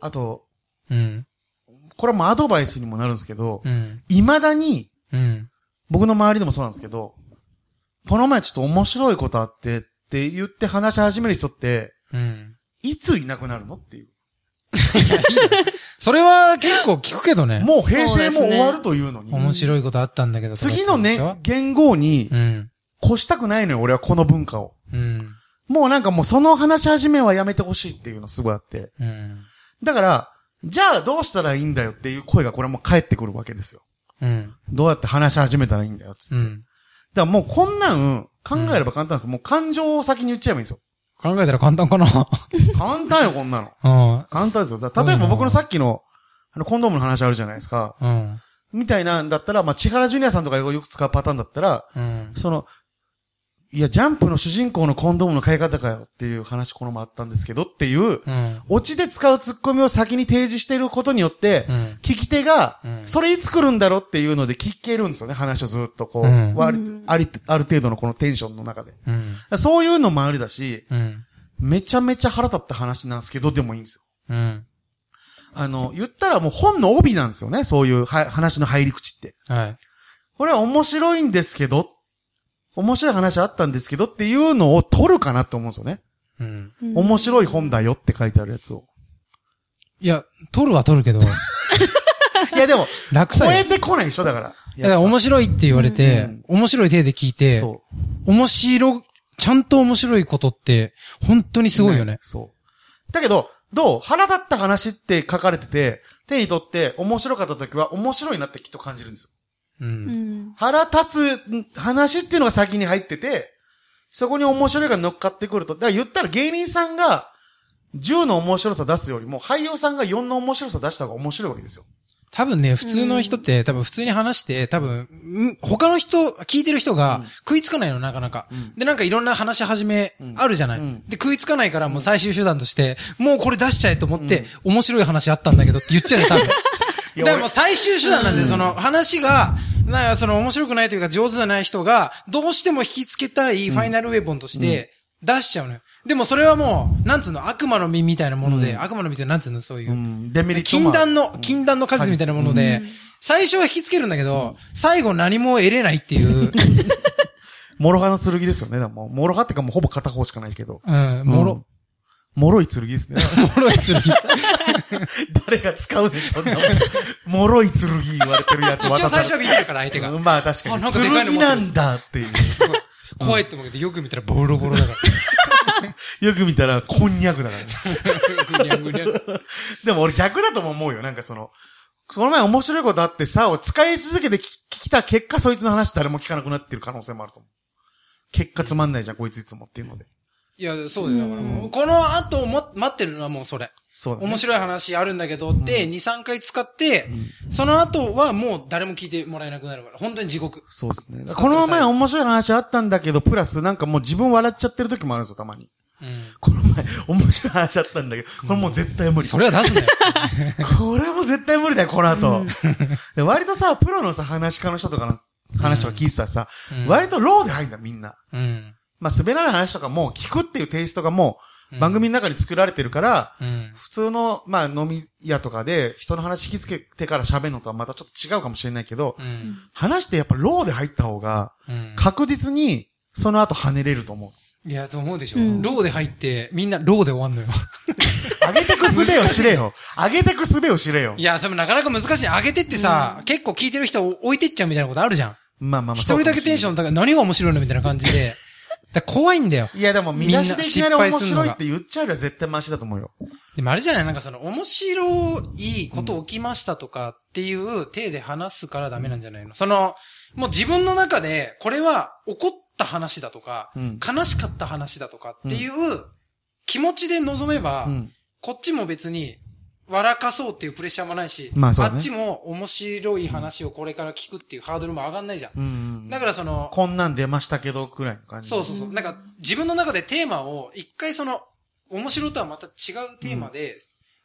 あと、うん。これはもうアドバイスにもなるんですけど、うん。未だに、うん。僕の周りでもそうなんですけど、この前ちょっと面白いことあってって言って話し始める人って、うん。いついなくなるのっていう。それは結構聞くけどね。もう平そう成ですもね終わるというのに。面白いことあったんだけど。とか次のってこね、言語にとうん。越したくないのよ、俺はこの文化を。うん。もうなんかもうその話し始めはやめてほしいっていうのすごいあって。うん。だから、じゃあどうしたらいいんだよっていう声がこれはもう返ってくるわけですよ。うん。どうやって話し始めたらいいんだよっつって。うだかん。らもうこんなん、考えれば簡単です。もう感情を先に言っちゃえばいいんですよ。考えたら簡単かな。簡単よ、こんなの。うん。簡単ですよ。だから例えば僕のさっきの、あの、コンドームの話あるじゃないですか。うん。みたいなんだったら、まあ、千原ジュニアさんとかよく使うパターンだったら、うん。その、いや、ジャンプの主人公のコンドームの買い方かよっていう話この前あったんですけどっていう、うん。オチで使うツッコミを先に提示してることによって、うん。聞き手がうん、それいつ来るんだろうっていうので聞けるんですよね、話をずっとこう、うん割うんあり、ある程度のこのテンションの中で。だかうん。らそういうのもありだし、うん。めちゃめちゃ腹立った話なんですけど、でもいいんですよ。うん。あの、言ったらもう本の帯なんですよね、そういうは話の入り口って。はい。これは面白いんですけど、面白い話あったんですけどっていうのを取るかなと思うんですよね。うん。面白い本だよって書いてあるやつを。いや、取るは取るけど、いやでも、楽超さえよ。てこないでしょ、だから。いや、だから面白いって言われて、面白い手で聞いて、そう。面白、ちゃんと面白いことって、本当にすごいよね。そう。だけど、どう腹立った話って書かれてて、手に取って面白かった時は面白いなってきっと感じるんですよ。う。うんん。腹立つ話っていうのが先に入ってて、そこに面白いが乗っかってくると。だから言ったら芸人さんが10の面白さ出すよりも、俳優さんが4の面白さ出した方が面白いわけですよ。多分ね、普通の人って、多分普通に話して、多分、ん他の人、聞いてる人が食いつかないの、なかなか。んで、なんかいろんな話し始めん、あるじゃない、うんで、食いつかないからもう最終手段として、もうこれ出しちゃえと思って、面白い話あったんだけどって言っちゃうね、多分。いだやからもう最終手段なんで、その話が、なんかその面白くないというか上手じゃない人が、どうしても引きつけたいファイナルウェポンとして出しちゃうのよ。でもそれはもう、なんつうの、悪魔の実みたいなもので、うん悪魔の実ってなんつうの、そういうう。ん。デメリットも禁ある断の、禁断の数みたいなもので、最初は引きつけるんだけど、最後何も得れないって いう、諸刃の剣ですよね。だからもう諸刃ってかもうほぼ片方しかないけど。うん、もろ、諸い剣ですね。 もろい 剣。誰が使うねん、そ んなもん。諸い剣言われてるやつ一応渡され最初は見てるから、相手が。うんまあ確かあに。なんかでかいの剣なんだって いう。すごい怖いって思うけど、よく見たらボロボロだかよく見たら、こんにゃくだからね。ら。ぐにゃぐにゃ。 でも俺逆だとも思うよ。なんかその、この前面白いことあってさ、を使い続けて聞きた結果、そいつの話誰も聞かなくなってる可能性もあると思う。結果つまんないじゃん、こいついつもっていうので。いや、そうだよ。だからもう、この後も、待ってるのはもうそれ。そうだね。面白い話あるんだけどって、2、3回使って、その後はもう誰も聞いてもらえなくなるから、本当に地獄。そうですね。使ってくださいこの前面白い話あったんだけど、プラスなんかもう自分笑っちゃってる時もあるんですよ、たまに。うん。この前、面白い話あったんだけど、これもう絶対無理。それは出すんだ よ。これも絶対無理だよ、この後。で割とさ、プロのさ、話し家の人とかの話とか聞いてたらさ、うん割とローで入るんだ、みんな。うん。まあ、滑らない話とかもう聞くっていうテイストがもううん番組の中に作られてるから、うん。普通の、まあ、飲み屋とかで人の話引きつけてから喋るのとはまたちょっと違うかもしれないけど、うん。話ってやっぱローで入った方が、うん。確実にその後跳ねれると思う。いや、と思うでしょ。うんローで入って、みんなローで終わんのよ。上げてく術を知れよ。上げてく術を知れよ い。や、それなかなか難しい。上げてってさ、結構聞いてる人置いてっちゃうみたいなことあるじゃん。まあまあまあ。一人だけテンション高い。何が面白いのみたいな感じ で。だから怖いんだよ。ン。いやでも見出しでいきなりみ面んな失敗する白のがいって言っちゃうよりは絶対マシだと思うよ。でもあれじゃないなんかその、面白いこと起きましたとかっていう体で話すからダメなんじゃないのその、もう自分の中で、これは怒った話だとか、うん悲しかった話だとかっていう気持ちで臨めば、うん。こっちも別に、笑かそうっていうプレッシャーもないし、まあそうだねっちも面白い話をこれから聞くっていうハードルも上がんないじゃん。うん。だからその、こんなん出ましたけど、くらいの感じ。そうそうそう。なんか、自分の中でテーマを、一回その、面白とはまた違うテーマで、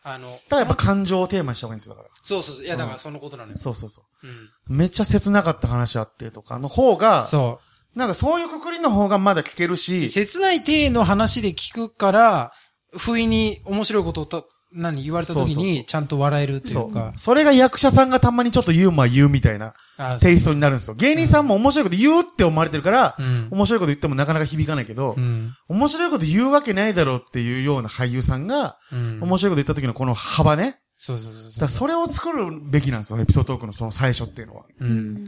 あの、だからやっぱ感情をテーマにした方がいいんですよ、だから。そうそうそう。いや、だからそのことなのよ。そうそうそう。うん。めっちゃ切なかった話あってとかの方が、そなんかそういうくくりの方がまだ聞けるう。し、切ない体の話で聞くから、不意に面白いことをた何、言われた時そうそうに、ちゃんと笑えるっていそううか。。それが役者さんがたまにちょっとユーモア言うみたいなあテイストになるんですよ。芸人さんも面白いこと言うって思われてるから、うん面白いこと言ってもなかなか響かないけど、うん。面白いこと言うわけないだろうっていうような俳優さんが、うん。面白いこと言った時のこの幅ね。そうそうそうだかそらそれを作るべきなんですよ、エピソードトークのその最初っていうのは。う。うん。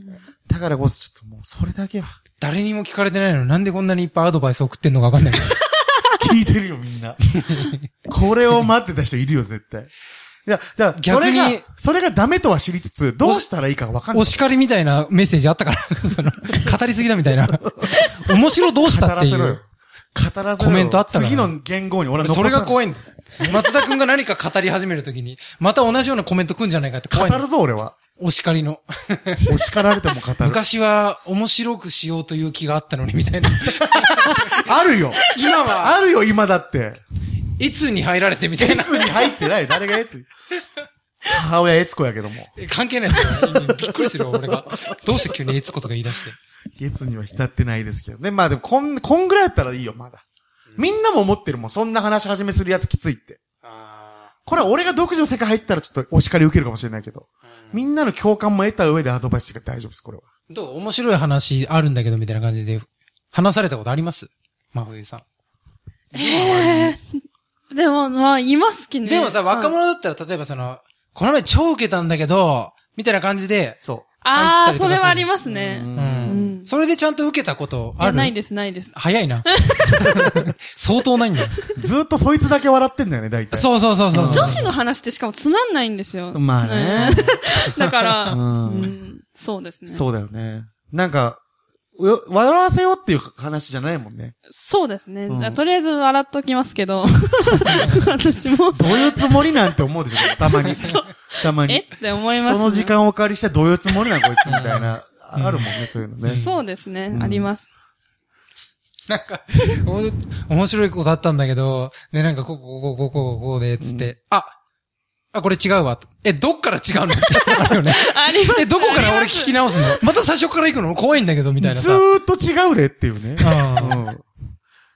だからこそちょっともうそれだけは。誰にも聞かれてないのになんでこんなにいっぱいアドバイス送ってんのかわかんないけど。聞いてるよ、みん な。これを待ってた人いるよ、絶対。いや、だから、それ逆にが、それがダメとは知りつつ、どうしたらいいかわ かんなおい。叱りみたいなメッセージあったから、 その、語りすぎだみ たいな。面白どうし語たっらてせいろよう。。語らせろよ。コメントあったから次の言語に俺は残それが怖い。いんだよ。松田くんが何か語り始めるときに、また同じようなコメントくんじゃないかって怖いんだ語よるぞ、俺は。お叱りの。お叱られても語る。昔は面白くしようという気があったのにみた いな。あるよ。今は、あるよ、今だって。いつに入られてみたいなつ。に入ってない。誰がえつ母親えつこやけども。関係ないですよ。びっくりするよ、俺が。どうして急にエツコとか言い出して。えつには浸ってないですけど。で、まあでも、こん、こんぐらいやったらいいよ、まだ。みんなも思ってるもん。そんな話始めするやつきついって。これは俺が独自の世界入ったらちょっとお叱り受けるかもしれないけど。みんなの共感も得た上でアドバイスが大丈夫です、これは。どう面白い話あるんだけどみたいな感じで、話されたことあります真冬さん。でも、まあ、いますきね。でもさ、若うん者だったら、例えばその、この前超受けたんだけど、みたいな感じで、そ入ったりああ、とかそするれはありますうね。ん。それでちゃんと受けたこといあやるないです、ないです。早い な。相当ないんだよ。う。ずーっとそいつだけ笑ってんだよね、大体。そうそうそうそう。女子の話ってしかもつまんないんですよ。まあね。うん。だから、うんうんそうですね。そうだよね。なんか、よ笑わせようっていう話じゃないもんね。そうですね。うんあとりあえず笑っときます けど。私も、どういうつもりなんて思うでしょ、たまに。たまえにっ。て思います、人ね。の時間をお借りしてどういうつもりなんこいつみたいな。あるもんね、そういうのね。そうですね。んあります。なんか、お面白いことあったんだけど、ね、なんか、こう、こう、こう、こう、こう、こうで、つって、ああ、これ違うわ。とえ、どっから違うの あるよね。あります。え、どこから俺聞き直すのまた最初から行くの怖いんだけど、みたいなずさ。ーっと違うでっていうね。あ